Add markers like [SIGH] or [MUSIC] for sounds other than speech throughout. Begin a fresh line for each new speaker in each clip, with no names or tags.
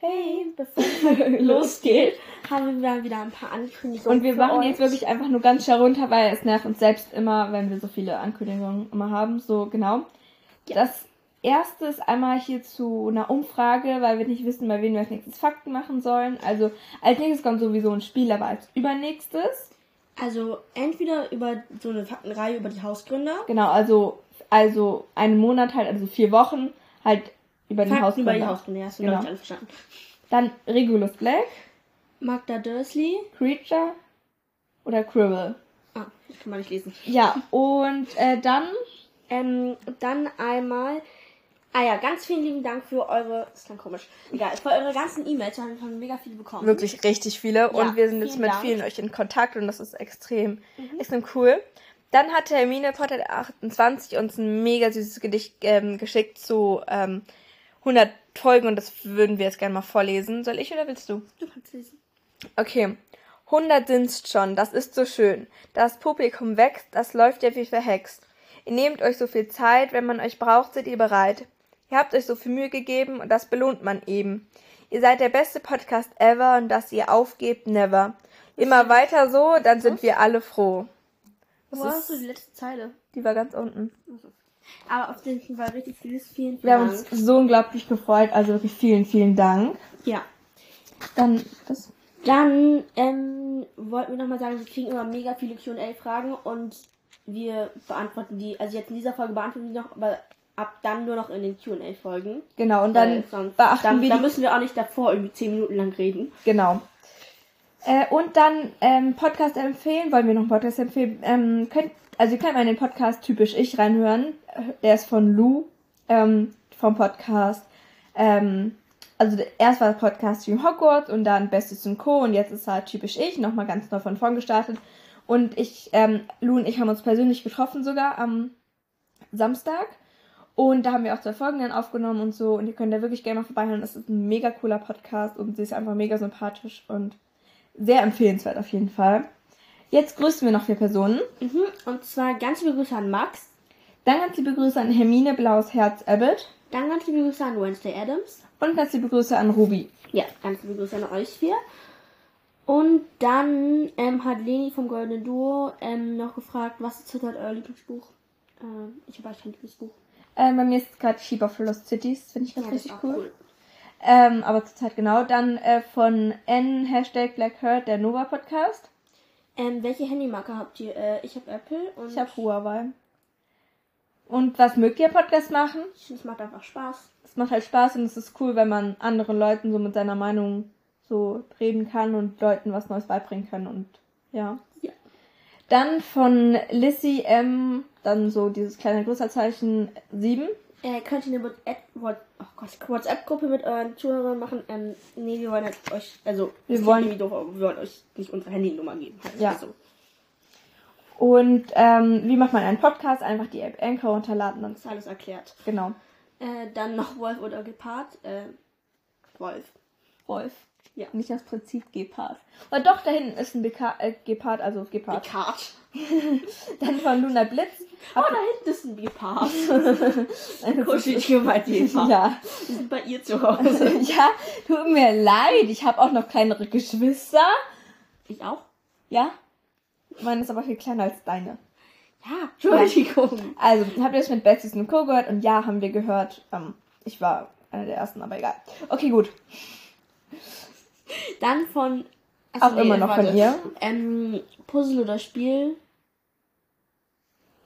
Hey, bevor
[LAUGHS]
es losgeht, haben wir wieder ein paar Ankündigungen.
Und wir
für
machen
euch.
jetzt wirklich einfach nur ganz schnell runter, weil es nervt uns selbst immer, wenn wir so viele Ankündigungen immer haben. So, genau.
Ja.
Das erste ist einmal hier zu einer Umfrage, weil wir nicht wissen, bei wem wir als nächstes Fakten machen sollen. Also, als nächstes kommt sowieso ein Spiel, aber als übernächstes.
Also entweder über so eine Faktenreihe über die Hausgründer,
Genau, also, also einen Monat halt, also vier Wochen halt über den
Fakten über die
Haus.
Hausgründer, hast du
Genau.
genau. alle verstanden.
Dann Regulus Black,
Magda Dursley,
Creature oder Quirrell.
ah, das kann man nicht lesen.
Ja, und äh, dann
Ähm, dann einmal, ah ja, ganz vielen lieben Dank für eure, das klang komisch, egal, für eure ganzen E-Mails, wir haben schon mega viele bekommen.
wirklich richtig viele und wir sind jetzt
vielen
mit
Dank. Mhm.
vielen euch in Kontakt und das ist extrem, extrem cool. Dann hat Hermine Potter der 28 uns ein mega süßes Gedicht ähm, geschickt zu ähm, 100 Folgen und das würden wir jetzt gerne mal vorlesen. Soll ich oder willst du?
Du kannst lesen.
Okay. 100 sind's schon, das ist so schön. Das Publikum wächst, das läuft ja wie verhext. Ihr nehmt euch so viel Zeit, wenn man euch braucht, seid ihr bereit. Ihr habt euch so viel Mühe gegeben und das belohnt man eben. Ihr seid der beste Podcast ever und dass ihr aufgebt, never. Immer weiter so, dann sind wir alle froh.
Wo
Das
hast du
ist,
die letzte Zeile?
die war ganz unten.
Aber auf jeden Fall richtig vieles, vielen, vielen
Wir haben
Dank.
uns so unglaublich gefreut, also wirklich vielen, vielen Dank.
Ja.
Dann, das,
Dann ähm, wollten wir nochmal sagen, wir kriegen immer mega viele QA-Fragen und wir beantworten die, also jetzt in dieser Folge beantworten wir die noch, aber ab dann nur noch in den QA-Folgen.
genau, und dann
Weil sonst-
beachten
dann,
wir
Da
die
müssen wir auch nicht davor irgendwie 10 Minuten lang reden.
Genau. Äh, und dann ähm, Podcast empfehlen, wollen wir noch einen Podcast empfehlen? Ähm, könnt, also ihr könnt mal in den Podcast typisch ich reinhören. Äh, Der ist von Lou ähm, vom Podcast. Ähm, also der- erst war der Podcast Stream Hogwarts und dann Bestes und Co. Und jetzt ist halt typisch ich, nochmal ganz neu von vorn gestartet. Und ich, ähm, Lou und ich haben uns persönlich getroffen sogar am Samstag. Und da haben wir auch zwei Folgen dann aufgenommen und so. Und ihr könnt da wirklich gerne mal vorbeihören. Es ist ein mega cooler Podcast und sie ist einfach mega sympathisch und sehr empfehlenswert auf jeden Fall. Jetzt grüßen wir noch vier Personen.
Mhm. Und zwar ganz liebe Grüße an Max,
Dann ganz liebe Grüße an Hermine Blaues Herz Abbott
dann ganz liebe Grüße an Wednesday Adams,
und ganz liebe Grüße an Ruby.
ja, ganz liebe Grüße an euch vier. Und dann ähm, hat Leni vom Goldenen Duo ähm, noch gefragt, was ist zurzeit euer Lieblingsbuch? Ähm, ich habe eigentlich kein Lieblingsbuch.
Ähm, bei mir ist gerade Sheep of Lost Cities, finde ich ganz
Ja, das
richtig
ist auch
cool. Ähm, aber zurzeit genau. Dann äh, von N Hashtag Black Herd, der Nova Podcast.
Ähm, welche Handymarke habt ihr? Äh, ich habe Apple und
Ich habe Huawei. Und was mögt ihr Podcast machen?
ich- es macht einfach Spaß.
es macht halt Spaß und es ist cool, wenn man anderen Leuten so mit seiner Meinung so reden kann und Leuten was Neues beibringen kann und ja.
Ja.
Dann von Lissy M, dann so dieses kleine Größerzeichen 7.
Äh, könnt ihr eine WhatsApp- What- oh Gott, WhatsApp-Gruppe mit euren Zuhörern machen? Ähm, nee, wir wollen jetzt euch, also
Wir
es klingt
wollen-
irgendwie doof, aber wir wollen euch nicht unsere Handynummer geben. Halt.
Ja.
Also,
Und ähm, wie macht man einen Podcast? Einfach die App Anchor runterladen und
ist alles erklärt.
genau.
Äh, dann noch Wolf oder Gepard. Äh, Wolf.
Wolf.
Ja.
Nicht das Prinzip Gepard. Aber doch, da hinten ist ein Beka äh, Gepard, also Gepard.
[LAUGHS] Gepard.
Dann von Luna Blitz.
Oh, da hinten ist ein [LAUGHS] Gepard.
Kuschelig.
Kuschelt hier mal Gepard.
[LAUGHS] ja.
Wir sind bei ihr zu Hause.
[LAUGHS] ja, tut mir leid. Ich habe auch noch kleinere Geschwister.
Ich auch?
Ja? Meine ist aber viel kleiner als deine.
Ja, Entschuldigung.
Also, habt ihr das mit Betsys und Co. gehört? Und ja, haben wir gehört. Ähm, ich war einer der ersten, aber egal. Okay, gut.
Dann von. also
Auch immer noch von ihr.
Ähm, Puzzle oder Spiel?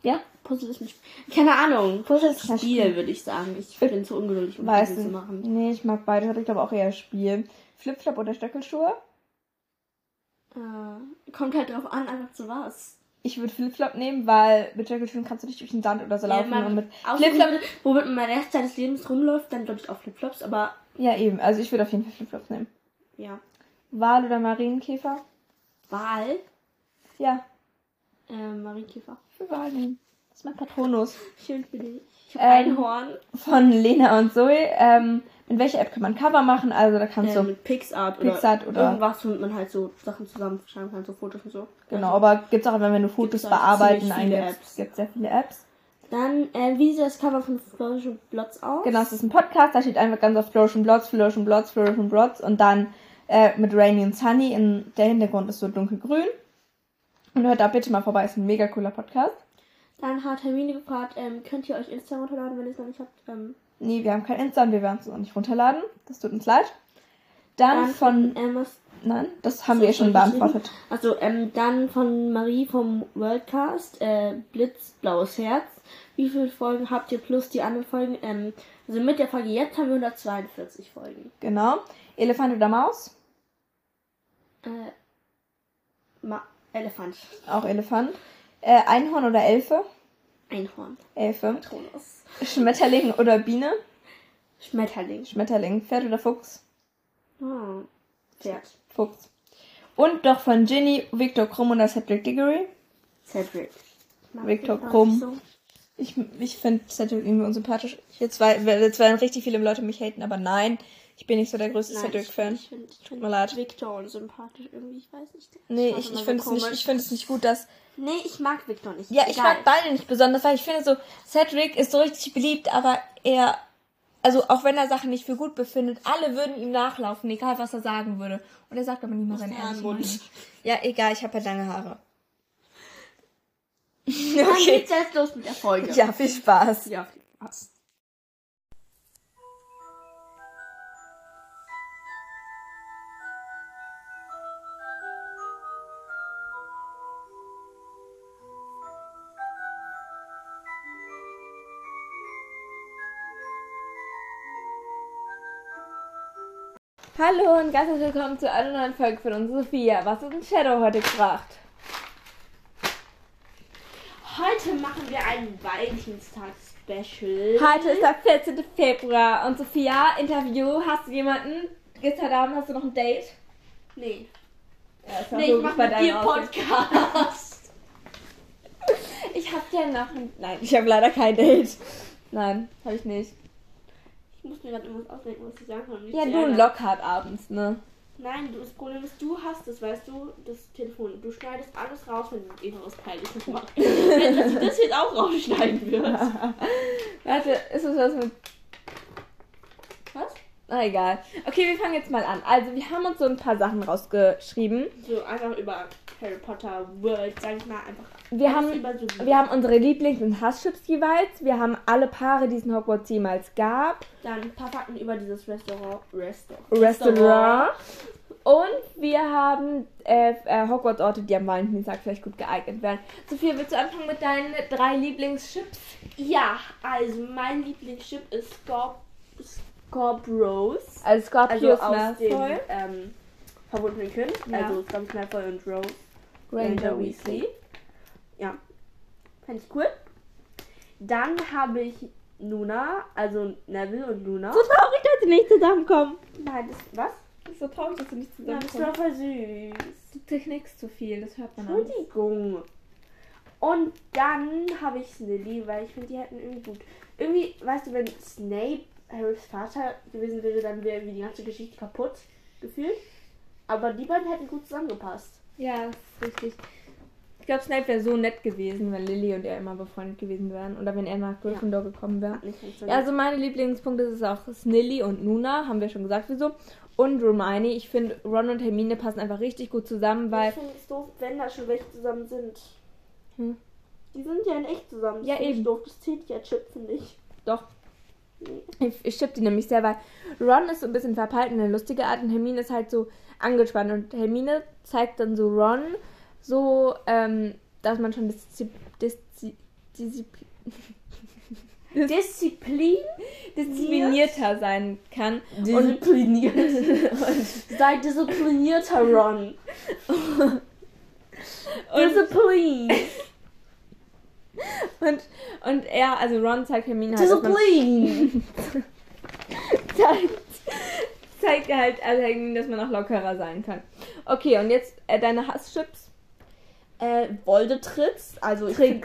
Ja?
Puzzle ist ein Spiel. Keine Ahnung. Puzzle ist
kein
ein Spiel, würde ich sagen. Ich bin zu ungeduldig, um
Weißt
Puzzle zu
du.
machen.
Nee, ich mag beides, aber ich glaube auch eher Spiel. Flipflop oder Stöckelschuhe?
Äh, kommt halt drauf an, einfach zu was.
Ich würde Flipflop nehmen, weil mit Stöckelschuhen kannst du nicht durch den Sand oder so laufen.
man-
und mit
Außer
Flipflop.
womit man den Rest seines Lebens rumläuft, dann glaube ich auch Flipflops, aber
Ja, eben. Also, ich würde auf jeden Fall Flipflops nehmen.
ja.
Wal oder Marienkäfer?
Wahl.
Ja,
Äh, Marienkäfer.
ich würde Wal nehmen. Das ist mein Patronus.
Schön für dich. Ich
Ähm,
habe Einhorn.
Von Lena und Zoe. Ähm, mit welcher App kann man Cover machen? Also, da kannst
Äh,
du
mit Pixart oder,
Pixart oder-
irgendwas, womit man halt so Sachen zusammenschreiben kann, so Also, Fotos und so.
Genau, aber gibt's auch, wenn du Fotos
Gibt's auch
bearbeiten
ziemlich viele
eingibst,
Apps.
gibt's sehr viele Apps.
Dann, äh, wie sieht das Cover von Flourish und Blotz aus?
Genau, es ist ein Podcast, da steht einfach ganz auf Flourish and Blots, Flourish and Blots, Flourish and Blots und dann äh, mit Rainy und Sunny. In, der Hintergrund ist so dunkelgrün. Und hört da bitte mal vorbei, ist ein mega cooler Podcast.
Dann hat Hermine gefragt, ähm, könnt ihr euch Insta runterladen, wenn ihr es noch nicht habt? Ähm,
Nee, wir haben kein Insta und wir werden es auch nicht runterladen. Das tut uns leid. Dann von.
Emma.
Nein, das haben wir schon beantwortet.
Also, ähm, dann von Marie vom Worldcast, äh, Blitz, blaues Herz. Wie viele Folgen habt ihr plus die anderen Folgen? Ähm, also mit der Folge jetzt haben wir 142 Folgen.
Genau. Elefant oder Maus?
Äh, Ma Elefant.
Auch Elefant. Äh, Einhorn oder Elfe?
Einhorn.
Elfe.
Kronos.
Schmetterling oder Biene?
Schmetterling.
Schmetterling. Pferd oder Fuchs?
Ah, Pferd.
Fuchs. Und doch von Ginny, Victor Krumm oder Cedric Diggory?
Cedric. Ich mag
Victor
den gar
Krumm.
nicht So.
Ich, ich finde Cedric irgendwie unsympathisch. Jetzt, wei- jetzt werden richtig viele Leute mich haten, aber nein, ich bin nicht so der größte
Nein, ich
Cedric-Fan.
ich find- ich find
mir leid.
Victor unsympathisch irgendwie, ich weiß nicht.
Nee,
Macht
ich,
immer
ich
so
finde es nicht,
komisch.
ich find es nicht gut, dass
Nee, ich mag Victor nicht.
Ja, ich
Egal.
mag beide nicht besonders, weil ich finde so, Cedric ist so richtig beliebt, aber er, also auch wenn er Sachen nicht für gut befindet, alle würden ihm nachlaufen, egal was er sagen würde. Und er sagt aber nicht mal seine
der
ehrliche
Mund.
Meinung. Ja, egal, ich habe halt lange
[LAUGHS]
Haare.
Dann
okay.
geht's jetzt los mit der Folge.
Ja, viel Spaß.
Ja, viel Spaß.
Hallo und herzlich willkommen zu einer neuen Folge von uns Sophia. Was hat ein Shadow heute gebracht?
Heute machen wir ein Valentinstags-Special.
Heute ist der 14. Februar und Sophia, Interview, hast du jemanden? Gestern Abend hast du noch ein Date?
Nee.
Ja, ist
Nee, ich mach mit dir Podcast.
[LAUGHS] Ich hab ja noch ein. Nein, ich habe leider kein Date. Nein, habe ich nicht.
Ich muss mir gerade irgendwas ausdenken, was ich sagen kann. um dich
Ja,
zu
du ein
ärgern.
Lockhart
[LAUGHS]
abends, ne?
Nein, du, das Problem ist, du hast es, weißt du, das Telefon. Du schneidest alles raus, wenn du Eva was Peinliches machst.
[LAUGHS]
wenn dass du das jetzt auch rausschneiden würdest.
Warte, ist das was mit.
Was?
Na egal. Okay, wir fangen jetzt mal an. Also, wir haben uns so ein paar Sachen rausgeschrieben.
So einfach über Harry Potter World, sag ich mal, einfach.
Wir
alles
haben-
Über so
Wir haben unsere Lieblings- und Hasschips jeweils. Wir haben alle Paare, die es in Hogwarts jemals gab.
Dann ein paar Fakten über dieses Restaurant. Restaurant.
Restaurant. Und wir haben äh, äh, Hogwarts-Orte, die am Valentinstag vielleicht gut geeignet wären. Sophia, willst du anfangen mit deinen drei Lieblingschips?
Ja, also mein Lieblingschip ist Scorp Scorbrose.
Also
Also
Scorpius
aus
Malfoy.
dem ähm, verbundenen Kind.
Ja.
Also Scorpius Malfoy und Rose. äh,
Ranger Weasley.
Ja. Fand ich cool. Dann habe ich Luna, also Neville und Luna.
traurig, dass sie nicht zusammenkommen.
Nein, das, was?
So traurig, dass sie nicht
Nein, das war
zusammenkommen.
voll süß.
Du knickst zu viel, das hört man an.
Entschuldigung. Und dann habe ich Snilly, weil ich finde, die hätten irgendwie gut. Irgendwie, weißt du, wenn Snape Harrys Vater gewesen wäre, dann wäre irgendwie die ganze Geschichte kaputt gefühlt. Aber die beiden hätten gut zusammengepasst.
Ja, das ist richtig. Ich glaube, Snape wäre so nett gewesen, wenn Lily und er immer befreundet gewesen wären. Oder wenn er nach Gryffindor gekommen wäre.
Hat nicht funktioniert.
Ja, also meine Lieblingspunkte ist es auch Snilly und Nuna, haben wir schon gesagt, wieso. Und Hermione. Ich finde, Ron und Hermine passen einfach richtig gut zusammen, weil
ich finde es doof, wenn da schon welche zusammen sind.
Hm.
Die sind ja in echt zusammen. Das
Ja,
finde ich
eben.
Doof. Das zählt ja Chip, finde ich.
doch,
Nee.
Ich, ich schipp die nämlich sehr, weil Ron ist so ein bisschen verpeilt in eine lustige Art und Hermine ist halt so angespannt. Und Hermine zeigt dann so Ron so, ähm, dass man schon Diszi Diszi Diszi
Disziplin?
disziplinierter sein kann. Und,
Diszipliniert. Sei disziplinierter, Ron.
[LAUGHS] und,
Disziplin.
und, und er, also Ron zeigt Hermine halt, dass man
Disziplin.
zeigt, zeigt ihr halt, also Hermine, dass man auch lockerer sein kann. Okay, und jetzt äh, deine Hasschips.
äh, Woldetritts, also ich find-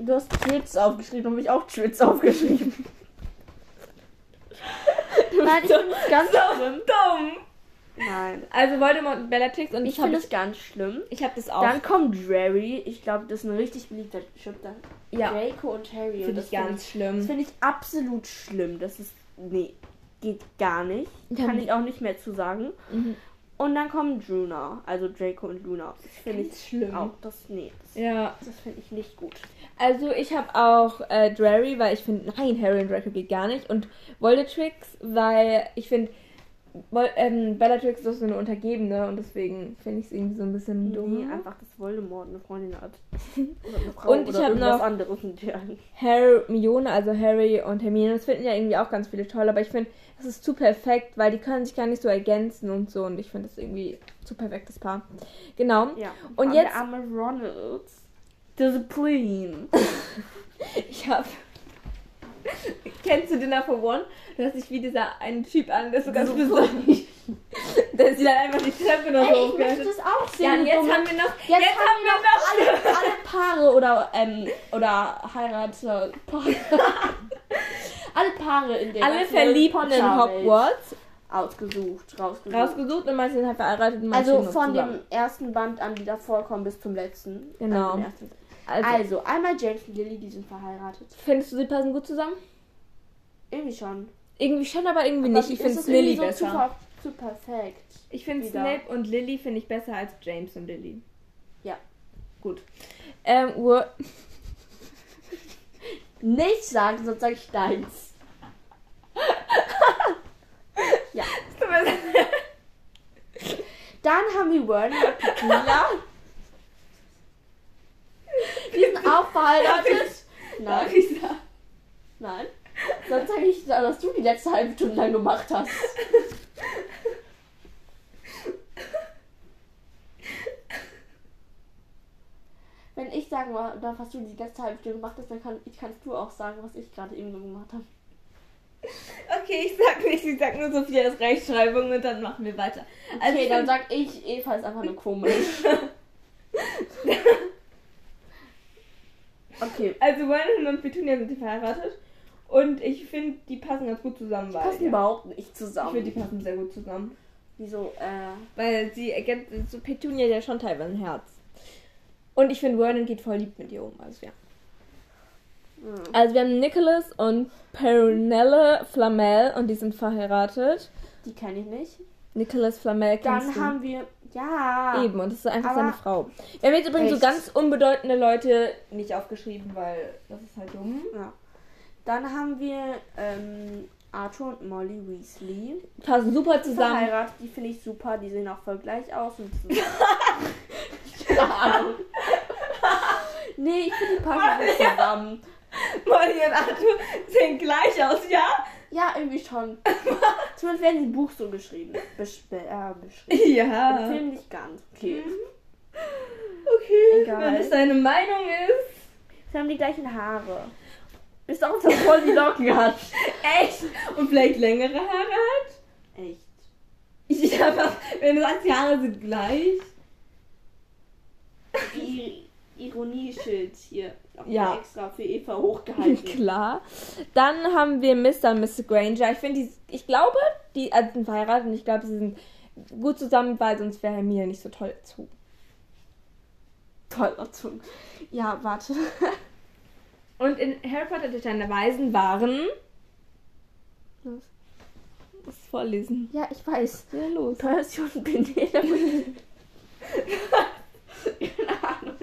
Du hast Tritts aufgeschrieben und mich auch Tritts [LAUGHS] aufgeschrieben. Nein, ich
So-
finde es ganz
so
schlimm.
Dumm!
Nein.
Also Voldemort und Bellatrix und
Ich
ich habe
finde
das,
es ganz schlimm.
ich hab das auch.
Dann kommt Drary. Ich glaube, das ist ein richtig beliebter Schütter.
ja,
Draco und Harry. und
finde
das
ich ganz
Das
schlimm.
finde ich absolut schlimm. Das ist. Nee, geht gar nicht.
Ja,
Kann
nee.
ich auch nicht mehr zu sagen.
Mhm.
Und dann kommen Luna, also Draco und Luna. Das finde
Ganz
ich
schlimm.
auch. Das, nee, das,
Ja,
das finde ich nicht gut.
also ich habe auch äh, Drarry, weil ich finde, nein, Harry und Draco geht gar nicht. Und Voldetrix, weil ich finde, Vol ähm, Bellatrix ist doch so eine Untergebene und deswegen finde ich es irgendwie so ein bisschen dumm.
Nee, einfach, dass Voldemort eine Freundin hat. [LAUGHS] Oder eine Frau
Und ich
oder
hab
irgendwas
noch-
anderes mit der.
Hermione, also Harry und Hermine, das finden ja irgendwie auch ganz viele toll, aber ich finde, das ist zu perfekt, weil die können sich gar nicht so ergänzen und so und ich finde das irgendwie zu perfektes Paar. Genau.
Ja.
Und
Aber
jetzt-
Der arme Ronald. [LAUGHS] Discipline.
Ich habe [LAUGHS] Kennst du Dinner for One? Du hast dich wie dieser eine Typ an, der ist so ganz besonders. [LAUGHS] der ist dann einfach die Treppe noch
Ey, ich möchte
hochgegangen.
das auch
Ja,
sehen.
und jetzt
Dumme.
haben wir noch. Jetzt,
Jetzt
haben wir noch.
alle, alle Paare oder ähm, oder [LAUGHS] heirate Paare. alle Paare in der
[LAUGHS] Alle
ganzen
Verliebten in
Potter-Welt
Hogwarts
ausgesucht, rausgesucht.
rausgesucht und manche sind halt verheiratet und manche
also
sind noch
von
zusammen.
dem ersten Band an, die davor kommen, bis zum letzten.
Genau.
Also, den ersten.
Also,
also einmal James und Lily, die sind verheiratet.
findest du, sie passen gut zusammen?
Irgendwie schon.
Irgendwie schon, aber irgendwie nicht. Ich
Es
finde
ist irgendwie
Lilly
so
besser.
Zu, per- zu perfekt.
Ich finde
wieder.
Snape und Lily finde ich besser als James und Lily.
Ja.
Gut. Ähm,
[LAUGHS]
wo-
Nichts sagen, sonst sage ich deins. ja. Dann haben wir Vernon und Petunia. Die sind auch [LAUGHS] verheiratet.
Darf
Nein,
ich sagen?
nein. Sonst sage ich, dass du die letzte halbe Stunde lang gemacht hast. Wenn ich sagen darf, was du die letzte halbe Stunde gemacht hast, dann kann, kannst du auch sagen, was ich gerade eben gemacht habe.
Okay, ich sag nicht, ich sag nur Sophias Rechtschreibung und dann machen wir weiter. Also
Okay,
ich
dann
find-
sag ich, Eva ist einfach nur [LAUGHS] komisch. okay.
also Vernon und Petunia sind verheiratet und ich finde, die passen ganz gut zusammen.
Die passen überhaupt nicht
Ich finde, die
zusammen.
passen sehr gut zusammen.
Wieso, äh,
Weil sie ergänzt, so Petunia hat ja schon teilweise ein Herz. Und ich finde, Vernon geht voll lieb mit ihr um. Also ja.
mh.
Also wir haben Nicholas und Peronelle Flamel und die sind verheiratet.
die kenne ich nicht.
Nicholas Flamel
Dann
kennst
haben wir,
du.
ja.
Eben, und das ist einfach
Aber-
seine Frau. Wir haben jetzt übrigens so
Rechts.
ganz unbedeutende Leute nicht aufgeschrieben, weil das ist halt dumm.
Ja. Dann haben wir, ähm, Arthur und Molly Weasley.
Passen super zusammen.
Verheiratet, die finde ich super. Die sehen auch voll gleich aus. Und so. [LAUGHS] Keine Ahnung. [LAUGHS] Nee, ich finde die passen [LAUGHS] gut zusammen.
[LAUGHS] Molly und Arthur sehen gleich aus, ja?
Ja, irgendwie schon. Zumindest werden die im Buch so geschrieben. Besch be äh, beschrieben. Im
Ja.
Film nicht ganz. Okay.
Okay,
Egal.
wenn das deine Meinung ist.
Sie haben die gleichen Haare. Bis auch so voll die Locken hat.
Echt? Und vielleicht längere Haare hat?
Echt.
Ich [LAUGHS] aber, wenn du sagst, die Haare sind gleich.
Die Ironieschild hier. Noch
Ja.
mal Extra für Eva
[LAUGHS]
hochgehalten.
[LAUGHS] Klar. Dann haben wir Mr. und Mrs. Granger. Ich finde, die- ich glaube, die also sind verheiratet und ich glaube, sie sind gut zusammen, weil sonst wäre Hermine nicht so toll zu. oh,
Toller Zung. Ja, warte.
Und in Harry Potter der Stein der Weisen waren. Muss vorlesen.
Ja, ich weiß.
Ja, los.
Percy und Penelope.
[LAUGHS]
Keine Ahnung.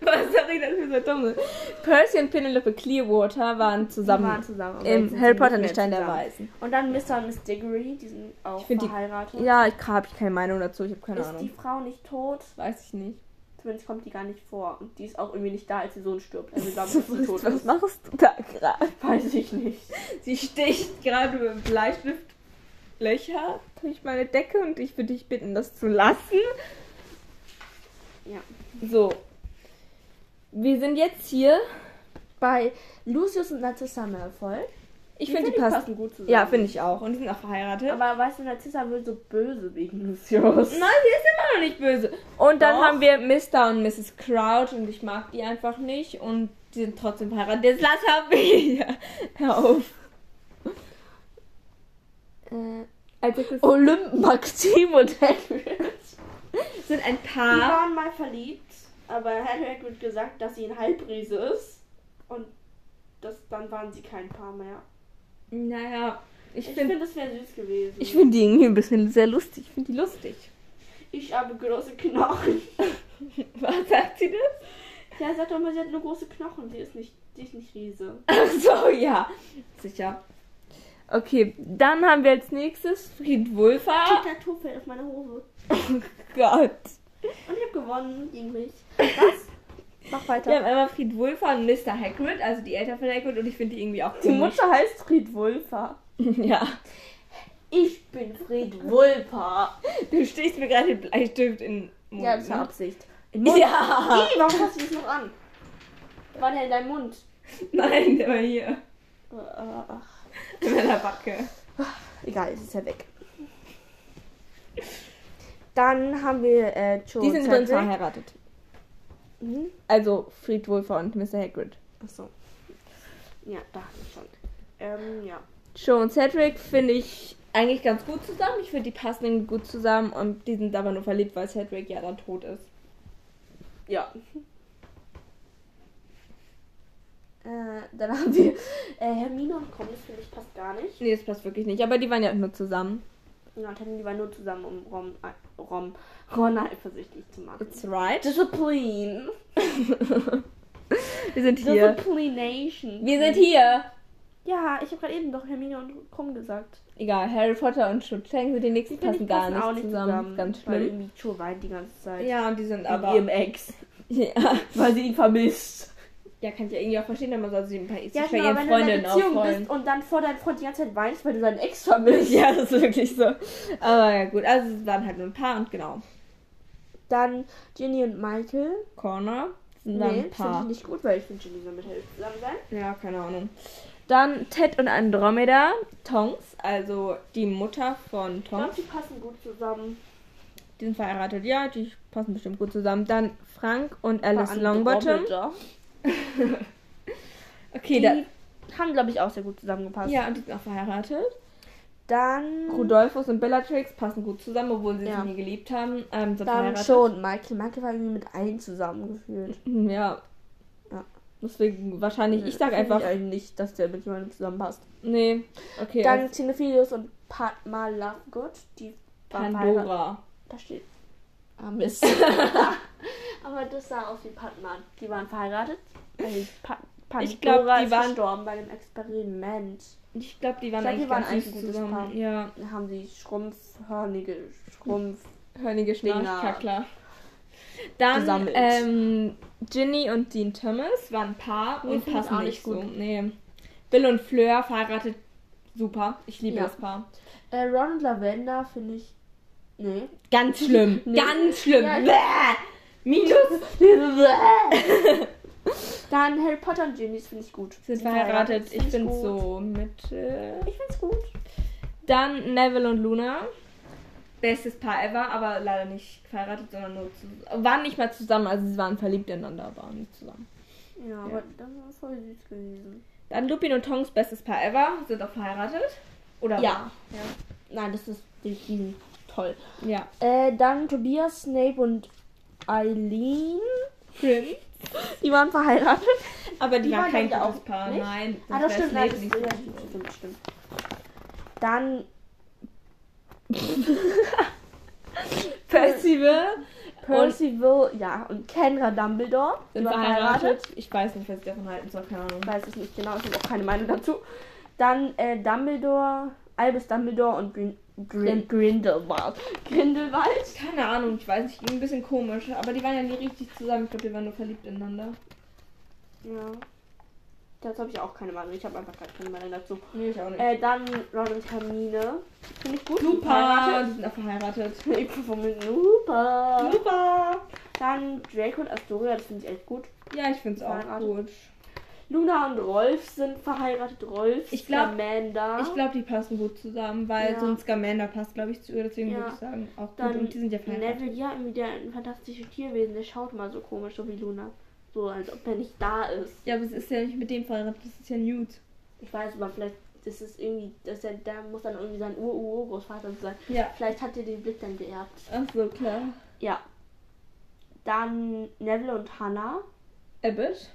Was sag ich denn für so dumme? Percy und Penelope Clearwater waren zusammen.
waren zusammen, aber jetzt
Im
sind
Harry
sie
Potter
nicht
der
mehr
Stein der
zusammen.
Weisen.
Und dann Mr. und Miss Diggory. Die sind auch
Ich find die-
verheiratet.
Ja, ich habe keine Meinung dazu. Ich habe keine
Ist die
Ahnung.
Frau nicht tot?
Weiß ich nicht.
Zumindest kommt die gar nicht vor. Und die ist auch irgendwie nicht da, als ihr Sohn stirbt.
[LAUGHS]
Also glaube ich, dass sie tot
Was
ist.
machst du da gerade?
Weiß ich nicht.
Sie sticht gerade mit dem Bleistift Löcher durch meine Decke und ich würde dich bitten, das zu lassen.
Ja.
So. Wir sind jetzt hier.
Bei Lucius und Narcissa Malfoy.
Ich finde, die passen.
gut zusammen.
Ja, finde ich auch. Und die sind auch verheiratet.
Aber weißt du, Narcissa wird so böse wegen Lucius.
Nein, sie ist immer noch nicht böse. Und dann
Doch.
haben wir Mr. und Mrs. Crouch und ich mag die einfach nicht und die sind trotzdem verheiratet. Jetzt lass [LAUGHS] hab ich. Hör auf.
Äh, Also das
Olymp, Maxim und Hagrid [LAUGHS] sind ein
Die
Paar.
waren mal verliebt, aber hat Hagrid gesagt, dass sie ein Halbriese ist. Und das, dann waren sie kein Paar mehr.
Naja, ich
Ich
finde
finde, das wäre süß gewesen.
ich find die irgendwie ein bisschen sehr lustig. Ich finde die lustig.
Ich habe große Knochen. [LAUGHS]
Was sagt sie das?
Ja, sagt doch mal, sie hat nur große Knochen. Sie ist nicht, sie ist nicht Riese.
Ach so, ja. Sicher. Okay, dann haben wir als nächstes Fried Wulfer.
Tattoo fällt auf meine Hose.
Oh Gott.
Und ich habe gewonnen gegen mich. Was? [LAUGHS] Mach weiter.
Wir haben einmal Fried Wulfer und Mr. Hagrid, also die Eltern von Hagrid und ich finde die irgendwie auch
die
ziemlich...
Mutter heißt Fried Wulfer.
[LAUGHS] Ja.
Ich bin Fried Wulper.
Du stichst mir gerade den Bleistift in den Mund.
Ja, das war
ne?
Absicht.
[LAUGHS] Ja.
Ih, warum hast du das noch an? War der in deinem Mund?
Nein, der war hier.
Äh,
In meiner Backe.
Egal, es ist ja weg. Dann haben wir äh, Joe
Die
und
sind
Cedric.
übrigens verheiratet.
Mhm.
Also Fried Wulfer und Mr. Hagrid.
Achso. Ja, da hatte ich schon. Ähm, ja.
Joe und Cedric finde ich eigentlich ganz gut zusammen. Ich finde, die passen irgendwie gut zusammen und die sind aber nur verliebt, weil Cedric ja dann tot ist.
Ja. [LAUGHS] Äh, dann haben wir äh, Hermine und Kron, das finde ich passt gar nicht.
Nee, das passt wirklich nicht. Aber die waren ja nur zusammen.
Ja, und Hermine war nur zusammen, um Rom, äh, Rom, [LAUGHS] Ron eifersüchtig zu machen.
It's right.
[LAUGHS] Discipline.
Wir sind hier.
Disciplination.
Wir sind hier.
Ja, ich habe gerade eben doch Hermine und Krumm gesagt.
Egal, Harry Potter und Schutzeng sind die nächsten,
finde,
passen gar nicht, zusammen. Ganz
Weil
schlimm.
irgendwie Cho weint die ganze Zeit.
Ja, und die sind
Wegen
aber.
ihrem [LAUGHS] Ex.
[LAUGHS] Ja.
Weil sie ihn vermisst.
ja, kann ich ja irgendwie auch verstehen, wenn man soll sich ein paar
Ja,
sich bei
genau, wenn
ihren
du in einer
Freundinnen
Beziehung
aufrollen.
bist
[LAUGHS]
und dann vor deinem Freund die ganze Zeit weinst, weil du deinen Ex vermisst.
Ja, das ist wirklich so. Aber ja, gut. Also, es waren halt nur ein paar und genau.
Dann Ginny und Michael.
Corner. Sind dann
Nee,
ein
das finde ich
paar.
nicht gut, weil ich finde, Ginny soll mit Harry zusammen sein.
Ja, keine Ahnung. Dann Ted und Andromeda. Tongs, also die Mutter von
Ich glaube,
Tongs.
sie passen gut zusammen.
Die sind verheiratet. Ja, die passen bestimmt gut zusammen. Dann Frank und Alice Longbottom. Okay,
Die
da,
haben, glaube ich, auch sehr gut zusammengepasst.
ja, und die sind auch verheiratet.
Dann
Rudolphus und Bellatrix passen gut zusammen, obwohl sie
Ja.
sich nie geliebt haben. Ähm, sind
Dann
verheiratet.
Joe und Michael. Michael war irgendwie mit allen zusammengefühlt.
Hm, Ja.
Ja.
Deswegen wahrscheinlich, ich sag
Finde
einfach,
eigentlich nicht, dass der mit jemandem zusammenpasst.
nee. Okay,
Dann
also
Xenophilius und Padma Lovegood, die waren verheiratet.
Pandora.
Da steht.
[LAUGHS]
Ah, Mist. [LAUGHS] Aber das sah aus wie Padma. Die waren verheiratet. Äh, pa Pandora
Ich glaub, die
ist
waren-
gestorben bei dem Experiment.
Ich glaube, die
Ich glaub,
waren
die
eigentlich
waren
ganz
eigentlich
süß
ein gutes
zusammen.
Paar.
Ja,
Da haben sie schrumpfhörnige
[LAUGHS]
Schrumpf.
hörnige
Dinger.
Schnarchkackler. Dann
Gesammelt.
ähm, Ginny und Dean Thomas waren ein Paar
Nee,
und
find ich
passen
auch
nicht,
nicht
so.
gut.
Nee. Bill und Fleur verheiratet super. Ich liebe
Ja.
das Paar.
Äh, Ron und Lavender finde ich.
[LAUGHS]
Nee.
Ganz schlimm.
Nee.
Ganz schlimm.
Ja, ich-
Bäh. Minus
Dann Harry Potter und Ginny das finde ich gut.
sind
Die
verheiratet. Ich
find
bin
gut.
so mit. Äh,
Ich finde es gut.
Dann Neville und Luna. Bestes Paar ever, aber leider nicht verheiratet, sondern nur zusammen. Waren nicht mal zusammen, also sie waren verliebt ineinander, aber auch nicht zusammen.
Ja, aber das war voll süß gewesen.
Dann Lupin und Tongs, bestes Paar ever, sind auch verheiratet. Oder?
Ja. Nein, das ist die, die sind toll.
waren. Ja.
Äh, dann Tobias, Snape und Eileen.
Prince.
Die waren verheiratet.
Aber die,
Die
waren
waren
kein
ja
gutes
auch
Paar,
nicht.
nein.
[LAUGHS] Ah, das
wär
stimmt, nein,
Snape
das
nicht so
ja,
gut.
stimmt, stimmt, stimmt. Dann
Percival
Percival, ja, und Kendra Dumbledore. Die
sind
waren
verheiratet. Ich weiß nicht, was ich davon halten soll, keine Ahnung.
Ich weiß es nicht genau, ich habe auch keine Meinung dazu. Dann äh, Dumbledore, Albus Dumbledore und Grin Grin Grindelwald. Grindelwald?
Keine Ahnung, ich weiß nicht, ein bisschen komisch. Aber die waren ja nie richtig zusammen. Ich glaube, die waren nur verliebt ineinander.
Ja. Dazu habe ich auch keine Meinung. Ich habe einfach gar keine Meinung dazu.
Nee, ich auch nicht.
Äh, dann Ron und Hermine. Finde ich gut.
Super, die sind auch verheiratet.
[LAUGHS] Ich performe super.
Super.
Dann Draco und Astoria, das finde ich echt gut.
Ja, ich finde es auch
Verheiratet.
gut.
Luna und Rolf sind verheiratet. Rolf,
Ich glaub-
Amanda.
Ich glaube, die passen gut zusammen, weil
Ja.
so ein Scamander passt, glaube ich, zu ihr. Deswegen
Ja.
würde ich sagen, auch gut.
Dann
Und die sind ja verheiratet.
Neville, ja, irgendwie der ein fantastisches Tierwesen. Der schaut mal so komisch, so wie Luna. So, als ob er nicht da ist.
Ja, aber es ist ja nicht mit dem verheiratet, das ist ja Newt.
Ich weiß, aber vielleicht das ist irgendwie, das, ist ja- da muss dann irgendwie sein Ur-Ur-Großvater sein.
Ja.
Vielleicht hat er den Blick dann geerbt.
Ach so, klar.
Ja. Dann Neville und Hannah.
Abbott?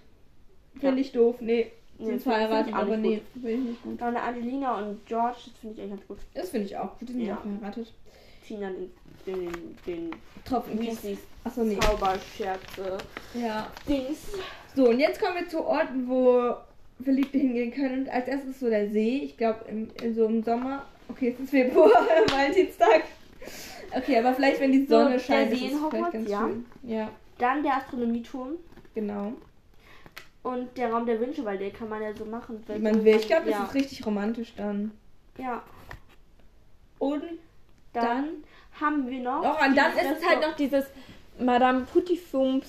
Finde ich doof. Nee.
Nee,
Sind
find- find
verheiratet,
ich auch
aber nee,
nicht
finde ich nicht gut.
Dann Angelina und George, das finde ich eigentlich ganz gut.
Das finde ich auch gut. Die sind
Ja.
ja auch verheiratet.
Ziehen dann in, den, den
Tropfen.
Weasleys
Achso, nee.
Zauberscherze.
Ja.
Dings.
So, und jetzt kommen wir zu Orten, wo Verliebte hingehen können. Und als erstes so der See. Ich glaube, im, in so im Sommer. Okay, es ist Februar, [LAUGHS] Valentinstag. Okay, aber vielleicht, wenn die
So,
Sonne
der
scheint,
See
ist
in
es vielleicht
Hogwarts,
ganz
ja.
schön. Ja,
Dann der Astronomieturm
genau.
und der Raum der Wünsche, weil den kann man ja so machen.
Wenn
wenn
man
so-
will. Ich glaube,
ja.
das ist richtig romantisch dann.
Ja.
Und
Dann,
dann
haben wir noch.
Doch, und dann
dieses
ist es halt
Restaur-
noch dieses Madame Putifums,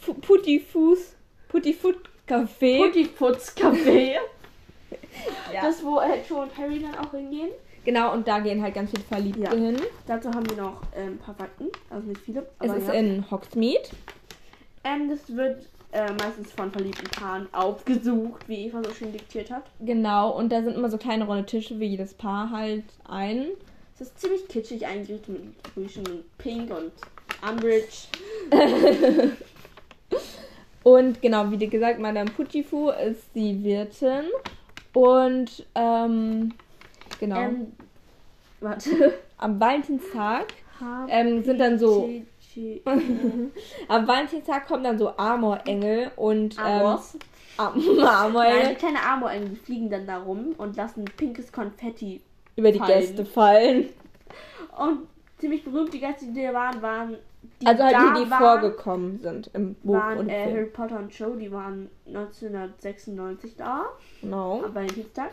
Fu- Putifus, Putifut Café.
Puttifutz
[LAUGHS]
Café.
Ja.
Das, wo äh, Joe und Harry dann auch hingehen.
genau, und da gehen halt ganz viele Verliebte
Ja.
hin.
Dazu haben wir noch ähm, ein paar Fakten. Also nicht viele.
Es
Aber
ist
ja.
in Hogsmeade.
ähm, das wird äh, meistens von verliebten Paaren aufgesucht, wie Eva so schön diktiert hat.
Genau, und da sind immer so kleine runde Tische, wie jedes Paar halt ein.
Es ist ziemlich kitschig eingerichtet mit Grüchen und Pink und Umbridge.
Und genau, wie gesagt, Madame Putifu ist die Wirtin. Und ähm, genau,
Ähm,
[LAUGHS]
warte.
am Valentinstag ähm, sind dann
[LAUGHS]
so
Kitschig.
Am Valentinstag kommen dann so Amorengel und
Amors.
Ähm, Am [LAUGHS] Amorengel
Nein, kleine Amorengel die fliegen dann da rum und lassen pinkes Konfetti.
über die
fallen.
Gäste fallen.
Und ziemlich berühmt, die Gäste, die da waren, waren. Die
Also halt
da
die, die
waren,
vorgekommen sind im Buch
waren
und
äh,
Film.
Harry Potter und Joe, die waren 1996 da,
Genau.
am Valentinstag.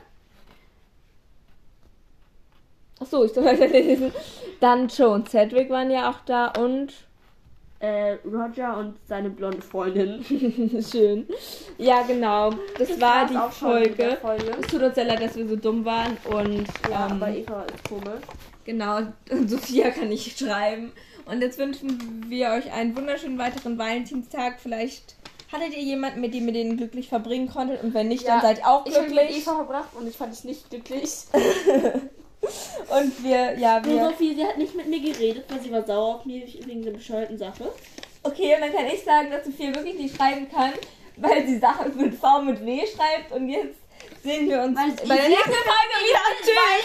Achso, ich soll weiter lesen. Dann Joe und Cedric waren ja auch da und [LAUGHS]
Äh, Roger und seine blonde Freundin.
schön. Ja, genau. Das, war
war's
die
auch schon mit der
Folge.
Folge.
Es tut uns sehr leid, dass wir so dumm waren und
Ja,
ähm,
aber Eva ist komisch.
Genau, [LAUGHS] Sophia kann nicht schreiben. Und jetzt wünschen wir euch einen wunderschönen weiteren Valentinstag. Vielleicht hattet ihr jemanden, mit dem ihr den glücklich verbringen konntet. Und wenn nicht, dann seid auch
Ich habe mit
glücklich.
Eva verbracht und ich fand es nicht glücklich.
Und wir, ja,
Nur
wir.
Also Sophie, sie hat nicht mit mir geredet, weil sie war sauer auf mir wegen der bescheuerten Sache.
Okay, und dann kann ich sagen, dass Sophia wirklich nicht schreiben kann, weil sie Sachen mit V und mit W schreibt. Und jetzt sehen wir uns
Weil
bei
sie
der nächsten Folge wieder. Tschüss!